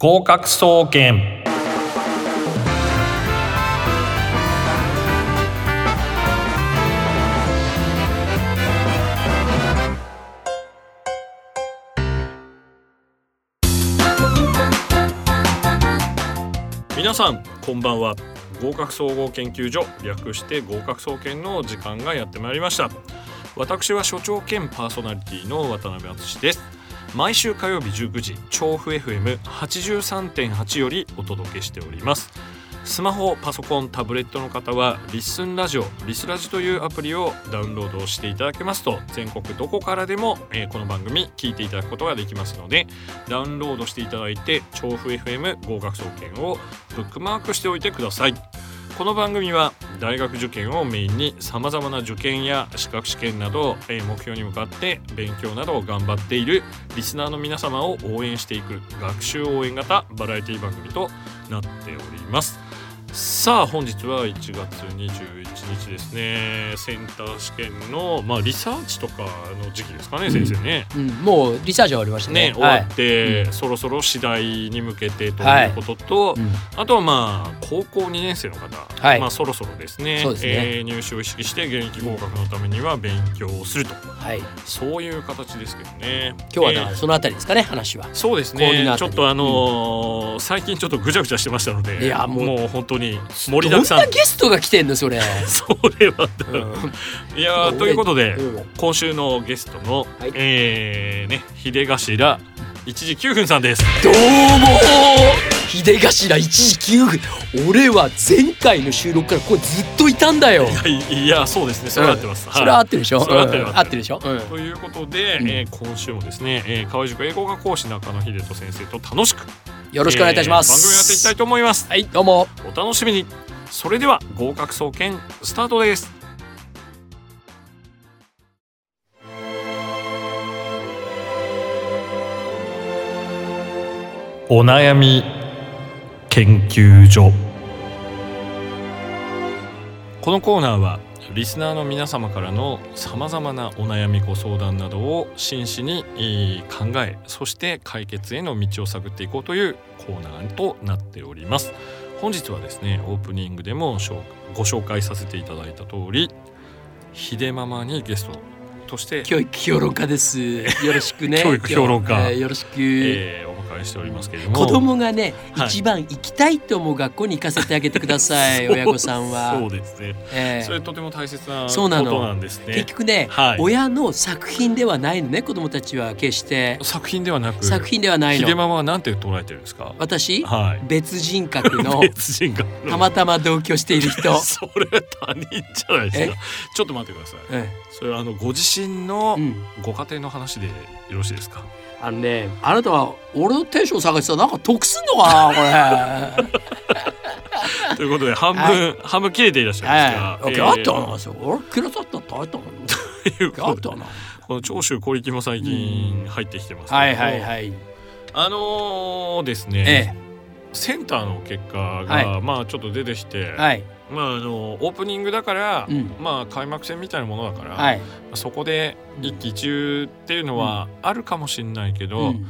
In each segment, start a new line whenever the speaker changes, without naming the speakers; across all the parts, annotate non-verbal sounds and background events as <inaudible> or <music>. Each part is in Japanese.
合格総研皆さんこんばんは合格総合研究所略して合格総研の時間がやってまいりました私は所長兼パーソナリティの渡辺敦です毎週火曜日19時調布 FM83.8 よりお届けしておりますスマホパソコンタブレットの方はリッスンラジオリスラジというアプリをダウンロードしていただけますと全国どこからでも、えーこの番組聞いていただくことができますのでダウンロードしていただいて調布 FM 合格総研をブックマークしておいてくださいこの番組は大学受験をメインにさまざまな受験や資格試験など、えー目標に向かって勉強などを頑張っているリスナーの皆様を応援していく学習応援型バラエティ番組となっておりますさあ本日は1月21日ですねセンター試験の、まあ、リサーチとかの時期ですかね、先生ね。
うん、もうリサーチは終わりましたね。
ね、終わっ
は
て、
いうん
そろそろ次第に向けてと
はい
いうことと、
いうん
あとはまあ高校2年生の方、
はい
まあそろそろですね
そうですね
えー入試を意識して現役合格のためには勉強をすると
はい、今
そういう形ですけどね
日はだ
え
から
ー
そのあたりですかね、話は。
そうです
コーディ
ね
ナー
ち
ト
ょ
に
っとあのー最近ちょっとぐちゃぐちゃしてましたので
いやもう
本当に盛
ど
り
ん
だ
な
くさん
ゲストが来てんのそ
<laughs>
れ。
それは
う
だ、
ん
いやーということで、
うん
今週のゲストの、
はい
えーね秀頭一時9分さんです
どうも秀頭一時休分俺は前回の収録からこれずっといたんだよ。
いいやそうですねそれは合ってます、
それは合ってるでしょ。
それは合ってる
うん
合
合
っ
ってて
る
るでしょ。うん
ということで、
うん
えー今週もですね、えー、川合塾英語学講師中野秀人先生と楽しくよ
よろしくお願いいたします。
番組をやっていきたいと思います
はい、どうも。
お楽しみにそれでは合格総研スタートですお悩み研究所このコーナーはリスナーの皆様からのさまざまなお悩みご相談などを真摯にえー考えそして解決への道を探っていこうというコーナーとなっております本日はですねオープニングでも紹ご紹介させていただいた通りひでママにゲストとして、
教育評論家です。よろしくね。
<laughs> 教育評論家
今日えーよろしく。
えーお迎えしておりますけれども
子供がね、
はい
一番行きたいと思う学校に行かせてあげてくださ
<laughs>
い
そう
親御さんは
そうですね
ええ
それとても大切なこ
そ
と
うなの
なんですね
結局ね、
はい
親の作品ではないのね子供たちは決して
作品ではなく
作品ではない
ひで
の
ママはなんて捉えてるんですか
私
はい
別人格の
<laughs> 別人格の
たまたま同居している人
それ他人じゃないですかちょっと待ってください
うん
それはあのご自身の
うん
ご家庭の話でよろしいですか、
あのねあなたは俺のテンション探してたらなんか得すんのかな
<laughs>
これ
ということで半分、半分切れていらっしゃいます
ええ
が、
あったなそう俺クラスだったら大変だもん
という
あ
こ
っ
と
た
で
な
この長州小力も最近入ってきてますけど
はいはいはい
あのーですね、
え
センターの結果が、
は
まあちょっと出てきて、
えはい
まああのオープニングだから、
うん
まあ開幕戦みたいなものだから、
はい
そこで一喜一憂っていうのはあるかもしれないけど、
うん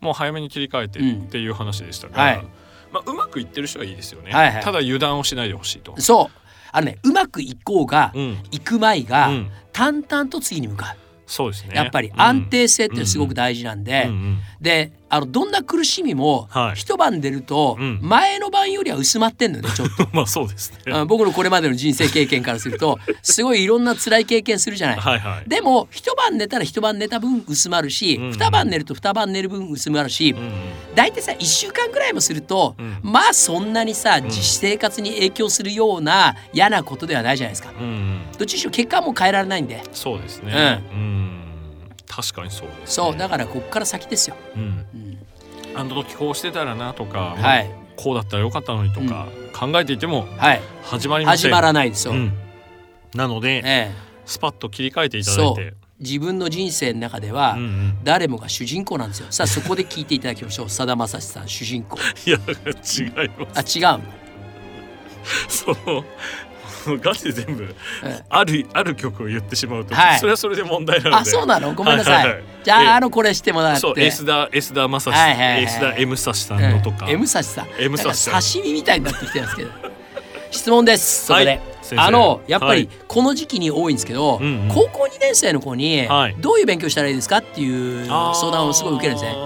もう早めに切り替えて
うん
っていう話でしたから、
はい
まあ、うまくいってる人はいいですよね、
はいはい
ただ油断をしないでほしいと。
そうあのねうまくいこうが、
うん
行く前が、
うん
淡々と次に向か
そうです
う、
ね、
やっぱり
うん
安定性ってすごく大事なんで、
うんうん
であのどんな苦しみも、
はい <laughs>
一晩出ると、
うん
前の晩よりは薄まってんのねちょっ
<laughs>
と
まあそうですね。
あの僕のこれまでの人生経験からするとすごいいろんな辛い経験するじゃない。
はいはい。
でも一晩寝たら一晩寝た分薄まるし、
うん
二晩寝ると二晩寝る分薄まるし、
うん
大体さ1週間ぐらいもすると、
うん
まあそんなにさ
ん
自主生活に影響するような嫌なことではないじゃないですか。
うん、うん
どっちにしろ結果はもう変えられないんで
そうですね。うん、確かにそうです、ね。
そうだからこっから先ですよ。
うん、
うん
あの時こうしてたらなとか、
はい
こうだったらよかったのにとか、考えていても
はい
始まりませ
始
ん。
まらないですよ。
うん、なので、
ええ、
スパッと切り替えていただいて、
自分の人生の中では、
うんうん、
誰もが主人公なんですよ。さあそこで聞いていただきまし
<laughs>
ょう。さだまさしさん主人公。
いや違いま
あ違うの。
す。そのガチで全部
え
あるある曲を言ってしまうと、
はい
それはそれで問題なので
あそうなのごめんなさい,、
はいはいはい
じゃあ、
ええ
あのこれしてもらって
そうエスダエスダマサシ、
はいはいはい
エスダ M サシさん
うん
のとか、
M サシさん
M
なんか
サシさん
刺身みたいになってきてるんですけど質問ですそこで、
はい先生
あのやっぱ
は
り
い
この時期に多いんですけど、
うんうん
高校2年生の子に
はい
どういう勉強したらいいですかっていう
あー
相談をすごい受けるんですね。で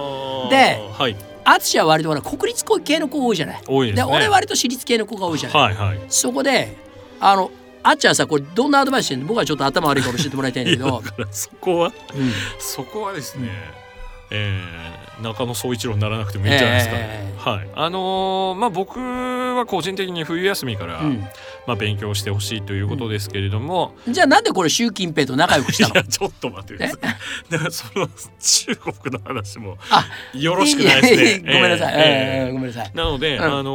はい、
淳は割とほら国立系の子多いじゃない。
多いです
で
ね。
俺割と私立系の子が多いじゃない。
はいはい。
そこであの淳はさこれどんなアドバイスしてんの僕はちょっと頭悪いから教えてもらいたいんだけど
だ。からそこは
うん
そこはですね、えー中野総一郎にならなくてもいいんじゃないですかね。
ええ
はい、あのーまあ僕は個人的に冬休みから、まあ、勉強してほしいということですけれども、
うんじゃあなんでこれ習近平と仲良くした
いや
の
ちょっと待ってく
え
ださい <laughs> だからその中国の話も
あ。
よろしくないですね
ごめんなさい、
ええ
ええごめんなさい。
なので、
うん
あの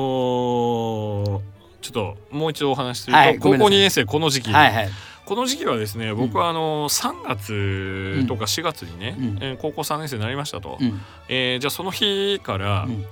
ーちょっともう一度お話しすると、
はいご
高
めん
校
な
2
さい
年生この時期、
はいはい。
この時期はですね僕はあの3月とか4月にね、
うん
えー高校3年生になりましたと、
うん
えーじゃあその日から
うん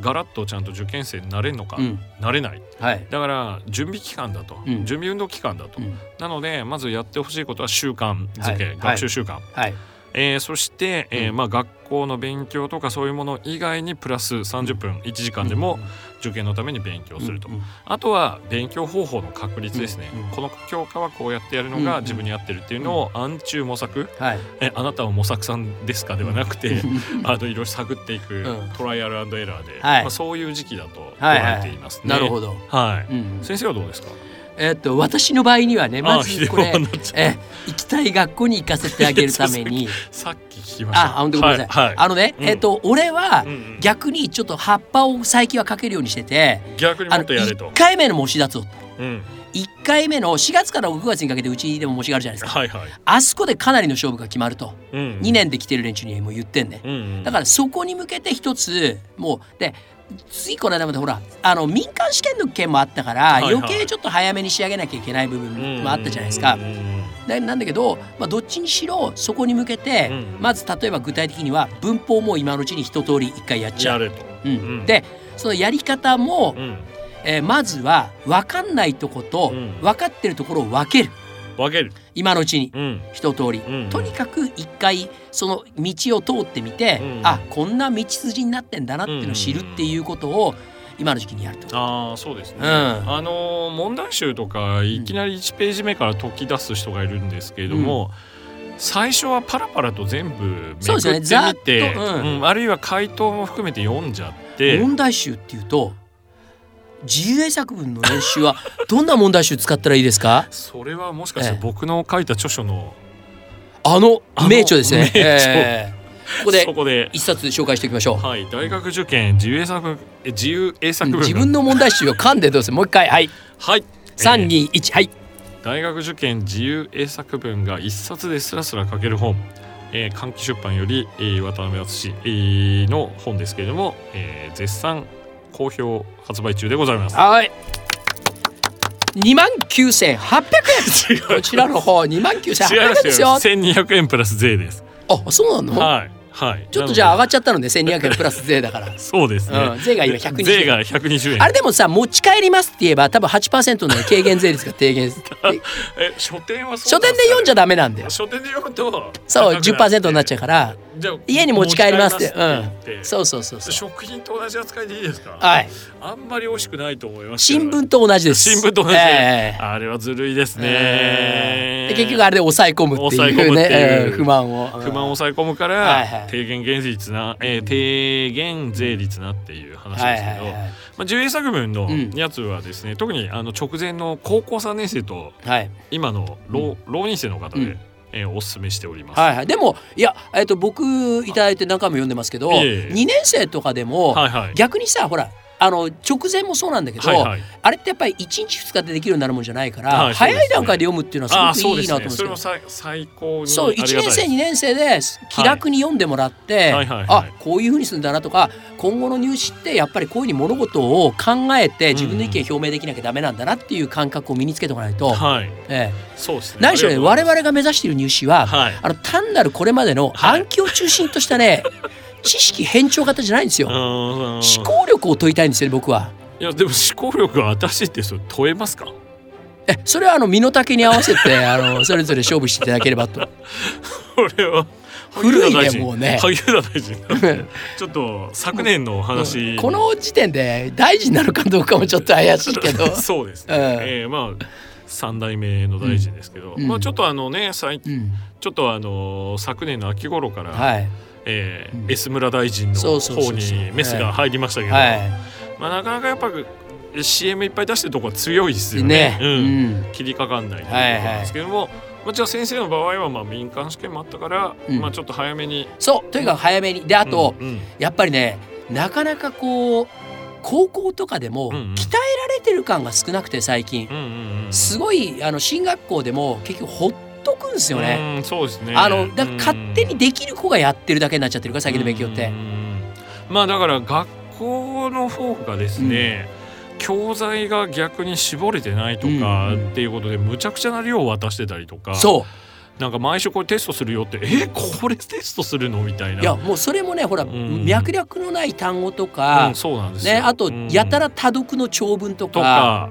ガラッとちゃんと受験生になれるのか、
うん
なれない
はい。
だから準備期間だと、
うん
準備運動期間だと、
うん
なのでまずやってほしいことは習慣づけ、
はい
学習習慣、
はい。
えーそして、えー
うん
まあ、学校の勉強とかそういうもの以外にプラス30分1時間でも受験のために勉強すると、
うんうん
あとは勉強方法の確立ですね、
うんうん
この教科はこうやってやるの
うんう
が
ん
自分に合ってるっていうのを暗中模索、
はい。
えあなたは模索さんですかではなくて <laughs> あのいろいろ探っていく、
うん
トライアルアンドエラーで、
はい
まあ、そういう時期だと
はいはい
捉えていますね。
なるほど。
はい
うん
先生はどうですか。
えっと私の場合にはねま
あひ
ず
で
これ
ばになっちゃう
え行きたい学校に行かせてあげるた
<laughs>
めに
さっき聞きました。
あ本当ごめんなさ
は
い、
い。はい
あのね、
うん
えっと俺は
うんうん
逆にちょっと葉っぱを最近はかけるようにしてて
逆にも
あの
っとやれと
1。回目の模試だぞ
うん、
1回目の4月から6月にかけてうちでも模試があるじゃないですか
はいはい。
あそこでかなりの勝負が決まると
うん、
2。年で来てる連中にもう言ってんね
うん、うん。
だからそこに向けて一つもうでついこの間までほらあの民間試験の件もあったから、
いはい
余計ちょっと早めに仕上げなきゃいけない部分もあったじゃないですか
うん。うんうんうん
だなんだけど、まあ、どっちにしろそこに向けて、
うん
まず例えば具体的には文法も今のうちに一通り一回やっちゃ
や
う。
れと。
うんでそのやり方も
う、ん、
えーまずは分かんないとこと
うん
分かってるところを分ける
分ける。
今のうちに
うん、
一通り。
うん。
とにかく一回その道を通ってみて、
うん
あこんな道筋になってんだなっていうのを知るっていうことを今の時期にやると。
ああそうですね、
うん
あのー問題集とかいきなり1ページ目から解き出す人がいるんですけれども、最初はパラパラと全部め
そう
く
で
っ
す
て
ねざーっ
み
と
て、
うん
うんあるいは回答も含めて読んじゃって、
問題集っていうと自由英作文の練習は <laughs> どんな問題集使ったらいいですか
それはもしかして
ええ
僕の書いた著書の、
あの
あの
名著ですね
名。著
えーここで
そこで、
一冊紹介しておきましょう。
はい、大学受験自由英作文え自由英作文
自分の問題集を噛んでどうするもう一回はい
はい
三二一はい
大学受験自由英作文が一冊ですらすら書ける本、えー、換気出版より、えー渡辺淳、えーの本ですけれども、えー絶賛好評発売中でございます。
はい二万九千八百円
違う
こちらの方二万九千八
違い
百
ま
円です
すよ
よ。
1200円プラス税です。
あそうなの。
はいはい。
ちょっとじゃあ上
が
がっちゃったので1200円プラス税だから、
そうですね。
うん、税が今120円
税が120円
あれでもさ持ち帰りますって言えば多分8%の軽減税率が低
<laughs>
減で
え書店はそ
書
うなんす
店で
か
読んじゃダメなんだよ
ゃ書店で読むと
そう10%になっちゃう
う
から
じゃあ
家に持ち帰りますって
持ち帰りますって言って
そうそうそうそう
食品と同じ扱いでいいですか
はい
あんまり美味しくないと思いますけど
新聞と同じです
新聞と同じ
ええ
あれはずるいです
え
ね
えで結局あれで抑え込むっていう
抑
ね
え込むっていう
ええ不満を
不満を抑え込むか
はいは
ら
い
低減減税率な、えー低減税率なっていう話
は
で
い
す
は
け
い
ど、
は
まあ、重英作文の
うん
やつはですね、特にあの直前の高校3年生と
いはい
今の浪,、浪人生の方で、
うん
えーおすすめしております。
はいはいでもいやえっと僕いただいて何回も読んでますけど
いえいえ
2年生とかでも
はいはい
逆にさほらあの直前もそうなんだけど、
はいはい
あれってやっぱり1日2日でできるようになるもんじゃないから、
はいそうですね
早い段階で読むっていうの
あ
は
あ
すご
そう
く
で
いい
す
なと
ねそ
思うんです
れ
け
も
ど。
さ最高に
そう
ありがた
1
いで
年
す
生2年生で気楽に読んでもらって、
はいはいはい
あこういうふうにするんだなとか今後の入試ってやっぱりこういうふうに物事を考えて自分の意見を表明できなきゃダメなんだなっていう感覚を身につけておかないと、
はい
ええ、
そうですね
何しろね
あ
我
りがとう
々が目指している入試は、
ございますはい
あの単なるこれまでの
はい
暗記を中心としたね、
<laughs>
知識偏重型じゃないんですよ。
思
思考力を問いたいんですよね僕は。
いやでも思考力が私ってそれ問えますか
えそれはあの身の丈に合わせて
<laughs>
あのそれぞれ勝負していただければと
これは
古いね
萩生田大臣
もうね
萩生田大臣なんでちょっと昨年のお話
この時点で大臣なのかどうかもちょっと怪しいけ
<laughs>
ど
そうですね、
うん
えーまあ三代目の大臣ですけど、
うん
まあちょっとあのね最
うん
ちょっとあの昨年の秋頃から、
はい
えー
うん
S 村大臣の
そ
方
うそうそうそう
にメスが入りましたけど、
は
まあなかなかやっぱ CM いっぱい出してるとこは強いです
い
よ
ね
ね。
う
うん
ん
切りかかんないということなんですけども、まあ、じゃあ先生の場合はまあ民間試験もあったから、
うん
まあちょっと早めに
そうとにかく早めにであと
うんうん
やっぱりねなかなかこう高校とかでも
うんうん
鍛えられてる感が少なくて最近
うんうんうん
すごいあの進学校でも結局ほっとくんですよね。
うんそうですね
あのだから勝手にできる子がやってるだけになっちゃってるから最近の勉強っ
う
て
んう。んうんまあだから学校の方がですね、教材が逆に絞れてないとか
うん
っていうことでむちゃくちゃな量を渡してたりとか、
そ
なんか毎週これテストするよってえこれテストするのみたいうない
やもうそれもねほら、
うん
脈略のない単語と
う
か
ん、、そうなんですよ
ね、あと
うん
やたら多読の長文と
と
か。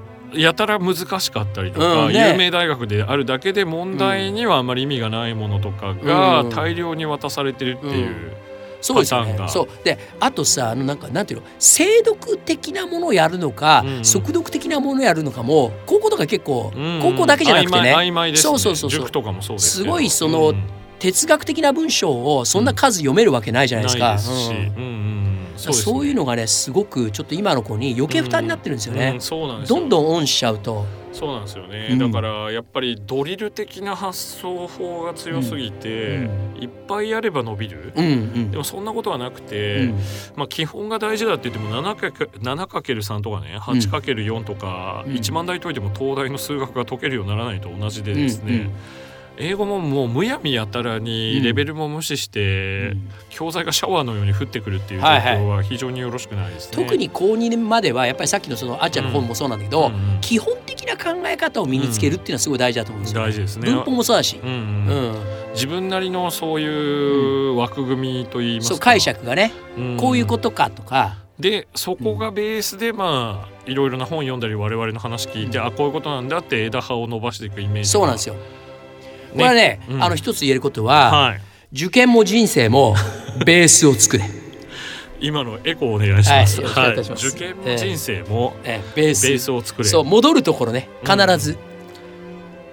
かやたら難しかったりとか、
うんね
有名大学であるだけで問題にはあまり意味がないものとかが
うん
大量に渡されてるっていう、
そうですよ
パタ
ね
ーンが
そうであとさあのなんかなんていうの精読的なものをやるのか、
うん
速読的なものをやるのかも高校とか結構、
うん
高校だけじゃなくて
曖
ね
昧曖昧ですね
そうそうそうそう
塾とかもそうですけど
すごいその
うん
哲学的な文章をそんな数読めるわけないじゃないですか。
ないですし、
う
うんんうんうん、
そういうのがねすごくちょっと今の子に余計負担になってるんですよ
う
ね
ん、。そうなんですよ
どんどんオンしちゃうと。
そうなんですよね、
うん
だからやっぱりドリル的な発想法が強すぎて、
うん
いっぱいやれば伸びる、
う
で
んうん
もそんなことはなく
う
て、
ん
まあ、基本が大事だって言っても 7×3 とかね 8×4 とか
うん
1万台解いても東大の数学が解けるようにならないと同じで
うん
ですね、
うん
英語ももうむやみやたらにレベルも無視して、
うん
教材がシャワーのように降ってくるっていう状
はいはい
況は非常によろしくないですね。
特に高2年まではやっぱりさっきのそのあっちゃんの本もそうなんだけ
うんう
ど、
ん
基本的な考え方を身につけるっていうのはすごい大事だと思うんですよ、
大事ですね
文法もそうだし、
うん
うん
うん自分なりのそういう枠組みといいますか、
そう解釈がね、
うん
こういうことかとか、
でそこがベースでまあいろいろな本読んだり我々の話聞いて、
う
あこういうことなんだって枝葉を伸ばしていくイメージ
そうなんです
よ。
よ。これはね
うん
あの一つ言えることは、
はい
受験も人生
<laughs>
もベースを作れ、
今のエコーお願いします。
はいよろしくお願いします
受験も人生も
えベー
ベ
ス
ースを作れ。
そう戻るところね必ず、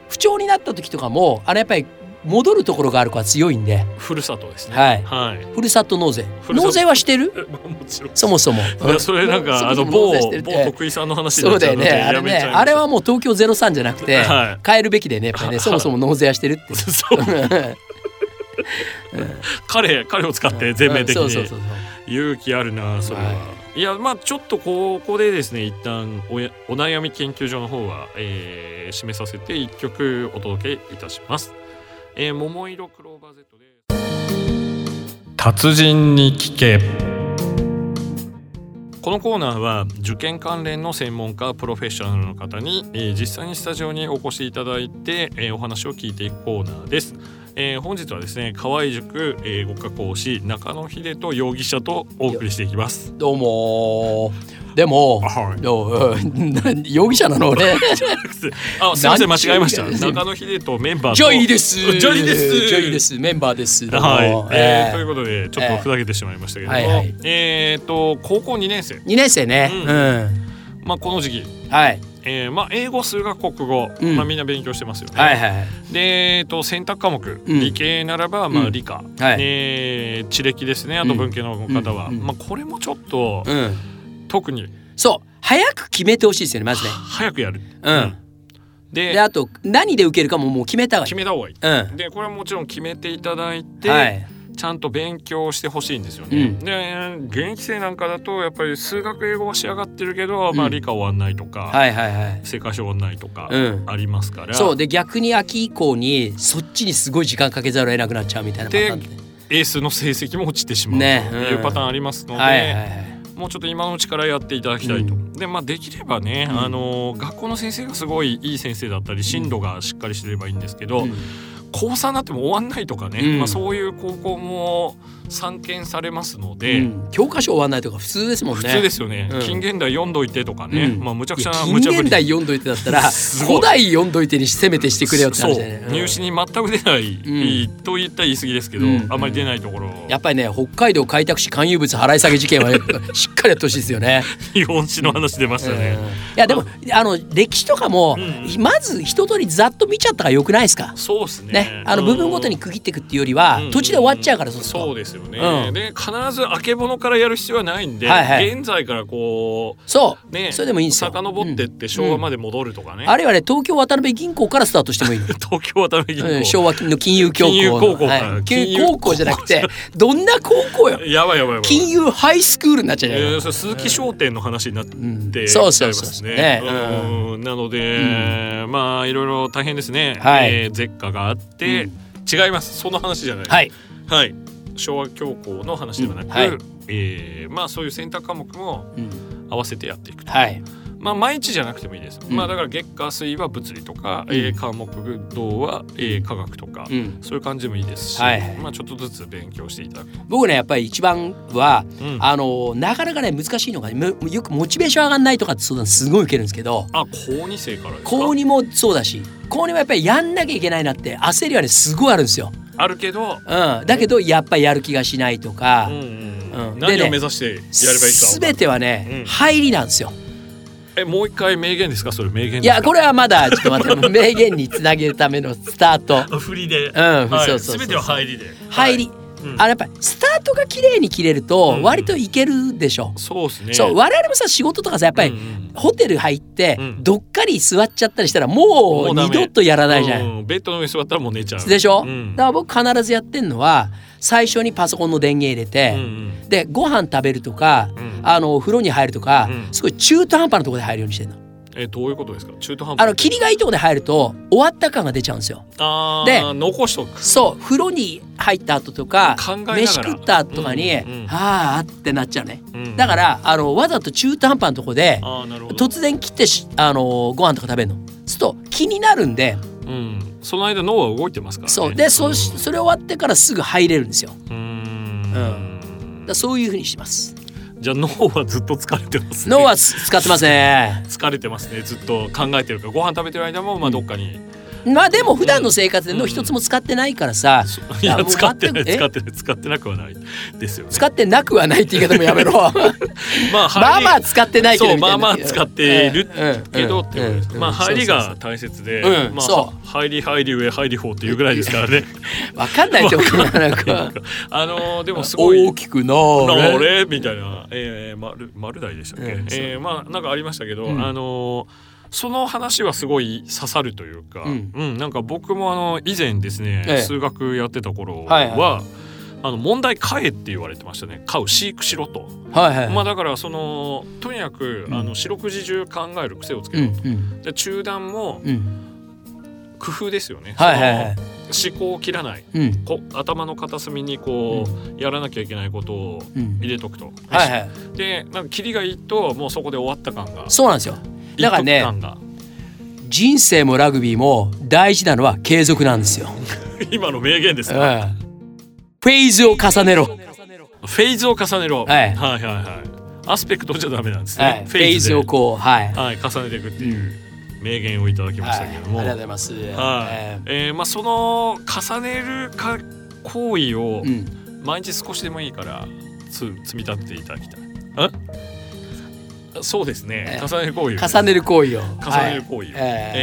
不調になった時とかもあれやっぱり戻るところがある子は強いんで、
ふるさとですね。
はい、
はい。
ふるさと納税
ふるさと
納税はしてる
えまあもちろん。
そもそも
いやそれなん
そ
か
も
あ
<laughs> そ
の
も
某
納税してるって
某徳井さんの話に
そ
な
う
っち
だ
ゃう
よ
の
ね
で
あれ
やめ
ね
ちゃいましょう
あれはもう東京03じゃなくて、
はい
変えるべきでねやっぱりねそもそも納税はしてる
<laughs>
って
そう彼彼を使って全面的
うん <laughs> そうそう
に
そうそ
勇気あるなそれは。
はい
やまあちょっとここでですね一旦おやお悩み研究所の方は、えー、締めさせて一曲お届けいたします。えー、桃色クローバー Z で達人に聞けこのコーナーは受験関連の専門家プロフェッショナルの方に、えー実際にスタジオにお越しいただいて、えーお話を聞いていくコーナーです。えー本日はですね河合塾英語科講師中野秀人容疑者とお送りしていきます。
うどうもーでも
はい
どう <laughs> うん容疑者なの俺
あ、すみません、間
何
違えました。
違う
中野秀人メンバーと。
ジョイです
ジョイです
ジョイですメンバーですどうも
はい、えー
えー
ということで、ちょっとふざけてしまいましたけれども、
えーはいはい
えっ、と、高校2年生、
二年生ね、
うん
うん
まあ、この時期。
はい、
えーまあ、英語数学国語、
うん
まあ、みんな勉強してますよね。
はいはいはい
で、えー、と選択科目、
うん
理系ならば、ま
う
あ、
ん
理科、
はい
えー地歴ですねあと
うん
文系の方は、
うんうん
まあ、これもちょっと、
うん
特に
そう早く決めてほしいですよねまずね
早くやる。
うん
で
であと何で受けるかももう決めたわ
決
け
めた方がいい。
うん
でこれはもちろん決めていただいて、
はい
ちゃんと勉強してほしいんですよね。
うん
で現役生なんかだとやっぱり数学英語は仕上がってるけど、
うん
まあ、理科終わんないとか、
はいはいはい
生活終わんないとか
うん
ありますから、
そうで逆に秋以降にそっちにすごい時間かけざるを得なくなっちゃうみたいなパターンで
エースの成績も落ちてしまうと
ねうん
いうパターンありますので、
はいはいはい
もうちょっと今のうちからやっていただきたいと。
う
で、まあ、できればね、
うん
あの学校の先生がすごいいい先生だったり進路がしっかりしてればいいんですけど、
うん
高3になっても終わんないとかね、
うん
まあ、そういう高校も散見されますので、
うん教科書終わんないとか普通ですもんね
普通ですよね、
うん
近現代読んどいてとかね、
うん
まあ、むちゃくちゃ
いや
無
近
茶ぶり
現代読んどいてだったら
すごい
古代読んどいてにせめてしてくれよって
そう
話だよね、うん
入試に全く出ない、と言ったら言い過ぎですけど、
うん
あんまり出ないところ、
やっぱりね北海道開拓史勧誘物払い下げ事件は
<laughs>
しっかりやってほしいですよね。
日本史の話出ましたね、
うんいやでもあの歴史とかも、
うん
まず一通りざっと見ちゃったらよくないですか。
そうですね
ね、あの部分ごとに区切っていくっていうよりは、
うん
土地で終わっちゃうからそうすると
そうですよね、
うん
で必ずあけぼのからやる必要はないんで、
はいはい
現在からこ
そう、
うね
それでもいいんですよ。
遡ってっ
うん
て昭和まで戻るとかね、
あるいはね東京渡辺銀行からスタートしてもいいの。
東京渡辺銀行、
うん昭和の金融教
金融高校か
校、
ら
はい
金融
金融
高校
高校じゃなくてどんな高
<laughs>
校よ。
やばいやばいやばい
金融ハイスクールになっちゃうじゃない
えーそれ鈴木商店の話になって
うん
って
そう
きち
そ
ゃいうま
そうそ
す
う
ね。
ね、うん
うんなので、まあいろいろ大変ですね。
はい
えー舌下があって、
う
違います。その話じゃない。。
はいい、
昭和教皇の話ではなく、
うんはい
えーまあそういう選択科目も
うん
合わせてやっていくと。
はい、
まあ毎日じゃなくてもいいです。
うん
まあだから月下水は物理とか、
うん
えー科目道は、えー科学とか。
うん、
そういう感じでもいいですし、
はい
まあちょっとずつ勉強していただく。
僕ねやっぱり一番は
うんあ
あのなかなかね難しいのがむよくモチベーション上がんないとかって相談すごい受けるんですけど
高二生からですか。
高にもそうだし高にもやっぱりやんなきゃいけないなって焦りはねすごいあるんですよ。
あるけど、
うん、だけどやっぱりやる気がしないとか、
うんうん
うん
何
で
を
ね
目指してやればいいか
すべてはね、
うん
入りなんですよ。
えもう一回名言ですかそれ名言
いやこれはまだちょっと待って名言につなげるためのスタート。
れ振りで、
うん、
はい、
そうそうそう
全ては入りで
入り、
はいうん
あのやっぱりスタートが綺麗に切れる
うん
と
うん
割といけるでしょ、
そうですね
そう我々もさ仕事とかさやっぱり、
うんうん
ホテル入って、
うん
どっかり座っちゃったりしたらも
もう
う
ダメ
二度とやらないじゃない、
うんベッドの上座ったらもう寝ちゃう
でしょ、
うん
だから僕必ずやってんのは最初にパソコンの電源入れ
うん
て、でご飯食べるとか
うんうん
あのお風呂に入るとか、
うん
すごい中途半端なところで入るようにしてんの。
えどういうことですか中途半端
あの霧がいいところで入ると終わった感が出ちゃうんですよ。
あ
で
ー残しとく
そう風呂に入った後とか
考えながら
飯食った後とかに、
うんうんうん
あーってなっちゃうね。
うん
だからあのわざと中途半端なところで
あーなるほど、
突然切ってしあのご飯とか食べるの。すると気になるんで
うん、その間脳は動いてますから、ね、
そうでそし
う
それ終わってからすぐ入れるんですよ。だ
ん
か
うん
らそういう風にしてます。
じゃあ脳はずっと疲れてますね
脳はす使ってますね。
疲れてますねずっと考えてるからご飯食べてる間もまあどっかに、
まあでも普段の生活で脳一つも使ってないからさ、
そい
い
や
やもう
使ってない
全く
使
え
ってない使ってなくはないですよね
使ってなくはないって言い方もやめろ。
<laughs> まあ
まあま
入
あ
り
使ってないけど
そう
みたい
まあ
な
まあ使ってるけど
うん
ってことです
うん
まあ入り
そうそ
が
う
大切で
うん
ま
そ
あ入り入り上入り方っていうぐらいですからね <laughs>
そうわかんないってことかなんか
あのーでもすごい
大きくなあ
な
れ
俺みたいな、えー、丸丸大でしたっけ、
うんそう
えーまあなんかありましたけど、
うん
あのーその話はすごい刺さるというか、う
うんん
なんか僕もあの以前ですね、
ええ
数学やってた頃は、
はいは
あの問題買えって言われてましたね買う飼育しろと、
はいはい。
まあだからそのとにかく、
うん
あの四六時中考える癖をつけ
う
ろ
ん
と、で中断も
うんうん
工夫ですよね、
はいはいはい。
その思考を切らない
うん
こ頭の片隅にこう、やらなきゃいけないことを
うん
入れとくと、
はいはい。
でなんかキリがいいともうそこで終わった感が
そうなんですよ。だからね
一徳感が
人生もラグビーも大事なのは継続なんですよ。
今の名言です
うん。
ね、
フェーズを重ねろ。
フェーズを重ねろ、
はい
はいはいはいアスペクトじゃダメなんですね、
はい。フェーズ
で
をこうはい。
はい、重ねていくっていうう名言をいただきま
は
し
い。
た
あ
け
りが
ど
と
も、
うございます。えー
えーまあ、その重ねるか行為を
うん。
毎日少しでもいいからつ積み立てていただきたい、んそうですね、
えー
重ねる行為を
重ねる行為を。
重ねる行為を、
はいえ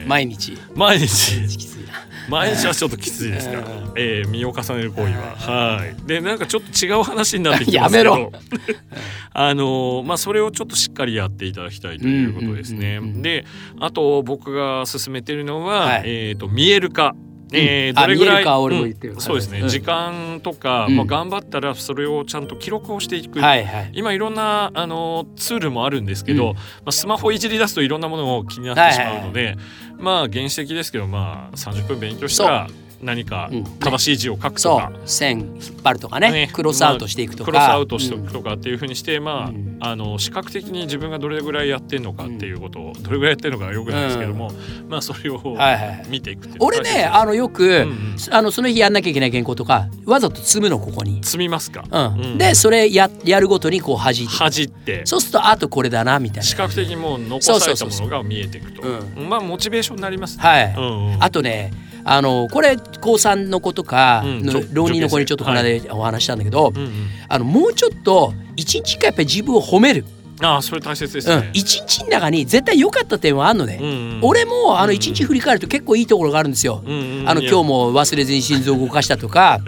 え
ー
ー
毎日。
毎日
きついな。
毎日はちょっときついですから、えー身を重ねる行為は、はい。でなんかちょっと違う話になってきてますけど、
<laughs> やめろ
<laughs> あのーまあそれをちょっとしっかりやっていただきたいということですね。
うんうんうんうん
で、あと僕が進めてるのは、
はい
えっ、と見える化。えー
あ
どれぐ
見
ら
え
い、
る化俺も言ってる
うんそうですね、
はい
時間とか、
うん
まあ、頑張ったらそれをちゃんと記録をしていく、
はいはい。
今いろんなあのツールもあるんですけど、
うん
まあ、スマホいじり出すといろんなものを気になってしまうので、まあ原始的ですけどまあ30分勉強したら何か
うん
正しい字を書くと
そ
か、
う線引っ張るとかね
ね
クロスアウトしていくとか、
クロスアウトしてお
うん
くとかっていうふうにして、まあ
うん
あの視覚的に自分がどれぐらいやってんのかっていうことを、どれぐらいやってんのかはよくないですけども、まあそれを
はいはいはい
見ていくっていうのが
俺ねあのよく、
んうん
あのその日やんなきゃいけない原稿とかわざと積むのここに、
積みますか、
うん
うん
でそれややるごとにこう弾いていく
恥じって
そうするとあとこれだなみたい
視
な
覚的にもう残された
そうそう
も
そうそ
のが見えていくと
う
まあモチベーションになりますね、
はい、
うんうん
あとねあのこれ高3の子とか、
うん
の
ちょ
浪人の子にちょっとこの
は
間お話したんだけど、
うんうん
あのもうちょっと一日一回やっぱり自分を褒める
ああそれ大切です
うん
ね、
一日の中に絶対良かった点はあるのね、
うんうん
俺もあ
うん
の一日振り返ると結構いいところがあるんですよ、
うんうんうん
あの今日も忘れずに心臓を動かしたとか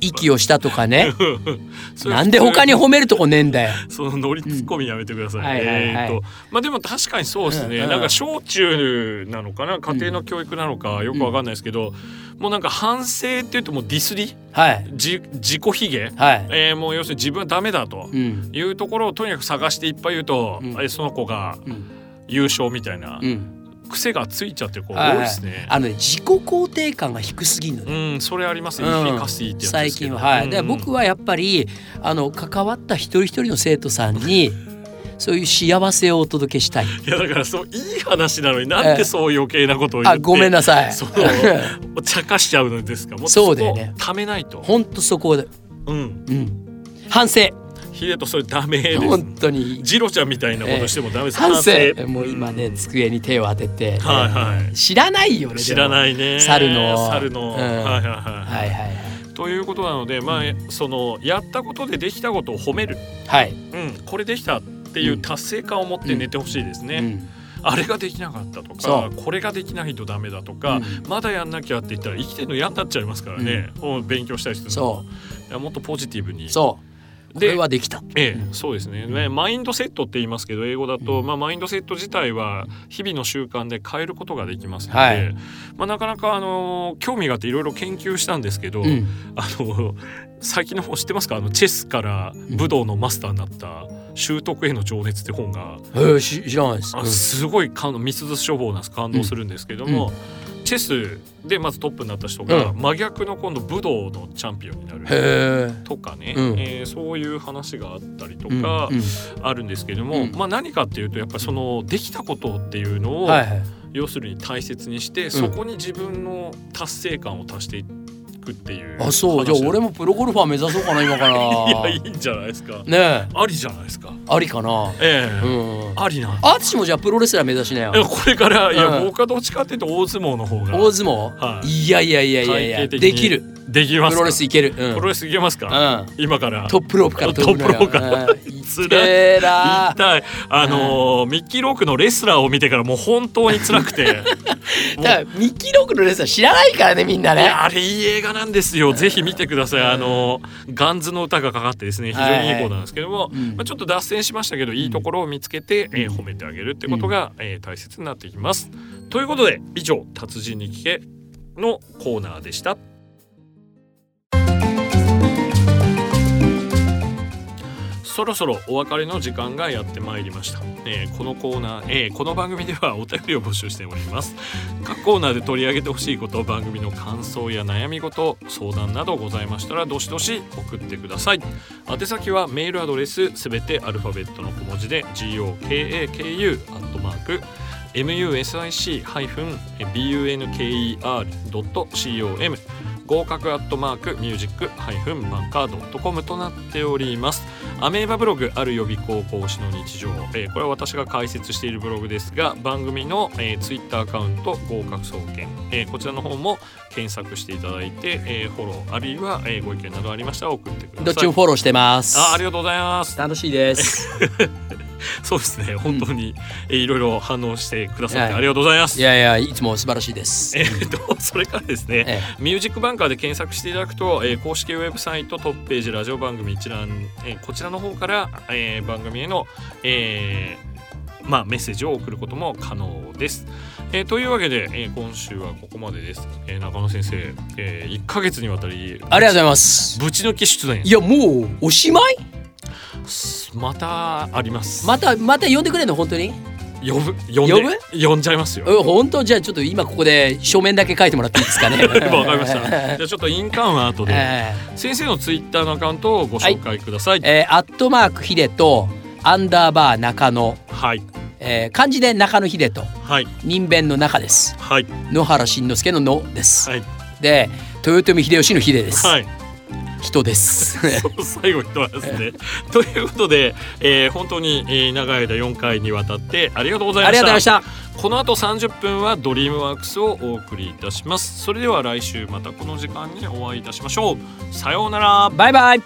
息をしたとか
<laughs>
ね
<laughs> それ
なんで他に褒めるとこねえんだよ
そのノリツッコミやめてください。
うんはいはいはい
えーっとまあでも確かにそうですね、
うんうん
なんか小中なのかな家庭の教育なのかよくわかんないですけど、もうなんか反省っていうともうディスり
はい
じ自己卑下、
はい、
えーもう要するに自分はダメだと。
うん
いうところをとにかく探していっぱい言うと、
うん
あれその子が
うん
優勝みたいな
うん、
癖がついちゃってこう
は
多
い
い
は
で
い
すね。
あのね自己肯定感が低すぎるのね
うん、それありますね。
うん
エフィカシーってやつで
最
すけ
近
ど
は、はいで
うんうん
僕はやっぱりあの関わった一人一人の生徒さん
<laughs>
にそういう幸せをお届けしたい
いやだからそういい話なのになんでそう余計なことを言って、
あごめんなさい。
そう
<laughs>
茶化しちゃうのですか。も
そうだよね
そこをためないと。
ほんとそこで、
うん。
うん、反省
ヒデとそれダメです。
本当に
ジロちゃんみたいなことしてもダメです。
反省もう今ね机に手を当てて、
はいはい
知らないよねでも
知らないね。
猿の
猿の。
うん
はいはい
は
はいい。
はい
ということなので、まあそのやったことでできたことを褒める。
はい、
うん。これできたっていう達成感を持って寝てほしいですね。
うん
あれができなかったと
そ
かこれができないとダメだとか、
う
まだやんなきゃって言ったら生きてるの嫌になっちゃいますからね、もう勉強したりするの
そ
いやもっとポジティブに
うそうこ
で
れはできた
ええ、そうですねねマインドセットって言いますけど英語だと、まあ、マインドセット自体は日々の習慣で変えることができますので、
はい
まあ、なかなか、あのー興味があっていろいろ研究したんですけど、
うん
あの最近の方知ってますかあのチェスから武道のマスターになった習得への情熱って本が
えーし知らないです、
あすごい感動三鈴処方なんです感動するんですけども、チェスでまずトップになった人が、
う
真逆の今度武道のチャンピオンにな
へ
る
え
とかね、
うん
えーそういう話があったりとかあるんですけども、
うん
まあ、何かっていうとやっぱりそのできたことっていうのを、
はいはい
要するに大切にして、そこに自分の達成感を足していくっていう
あそうじゃあ俺
も
もプロゴルファー目指そうかな今から
いやいいんじゃないですか
ねえ
ありじゃないですか
ありかな
ええ
うん
ありなんで
あつしもじゃあプロレスラー目指しなよ
いやこれから、いや
うん
僕はどっちかっていうと大相撲の方が
大相撲、
はい
いやいやいやいやいや
体型的に
できる
できま
プ
すか
ロレスいける、うん
プロレスいけますか、
うん
今から
トップロープから飛ぶのよ
トップロープから
うん痛えな
一体あのーミッキー・ロークのレスラーを見てからもう本当に辛く
<laughs>
てもう
だからミッキーロークのレスラー知らないからねみんないね
やあれいい映画なんですよぜひ見てくださいあのーガンズの歌がかかってですね非常にいい方なんですけども、
いうん
まあ、ちょっと脱線しましたけどいいところを見つけて、えー褒めてあげるってことが、えー大切になってきますということで以上「達人に聞け」のコーナーでしたそろそろお別れの時間がやってまいりました、えーこのコーナー、えーこの番組ではお便りを募集しております各コーナーで取り上げてほしいこと番組の感想や悩み事相談などございましたらどしどし送ってください宛先はメールアドレスすべてアルファベットの小文字で gokaku アットマーク music-bunker.com 合格アットマークミュージックハイフンバンカードットコムとなっておりますアメーバブログある予備高校師の日常、えーこれは私が解説しているブログですが番組の、えー、ツイッターアカウント合格総研、えーこちらの方も検索していただいて、えーフォローあるいは、えーご意見などありましたら送ってください
どっちもフォローしてます
あありがとうございます
楽しいです
そうですね本当に、えーいろいろ反応してくださってありがとうございます
いやいやいつも素晴らしいです
えーとそれからですね、
え
ミュージックバンカーで検索していただくと、えー公式ウェブサイトトップページラジオ番組一覧、えーこちらの方から、えー番組への、えーまあ、メッセージを送ることも可能です。えーというわけで、えー今週はここまでです。えー中野先生、え1ヶ月にわたり
ありがとうございます
ぶち抜き出演
いやもうおしまい
またあります。
またまた呼んでくれんの本当に
呼ぶ呼ん
呼
で呼んじゃいますよ。
うん本当じゃあちょっと今ここで書面だけ書いてもらっていいですかね。
<laughs>
わ
わかりました。
<laughs>
じゃあちょっと印鑑は後で。
えー
先生のツイッターのアカウントをご紹介ください。
えーアットマークヒデとアンダーバー中野、
はい
えー漢字で中野ヒデと
はい
人弁の中です。
はい
野原しんのすけの野です。
はい
で豊臣秀吉の秀です。
はい。<laughs>
人です。
最後一ですね。 <laughs> ということで、えー本当に、えー長い間4回にわたってありがとうござい
<laughs> あ
ました
りがとうございまし。た。
この後30分はドリームワークスをお送りいたしますそれでは来週またこの時間にお会いいたしましょうさようなら
バイバイ。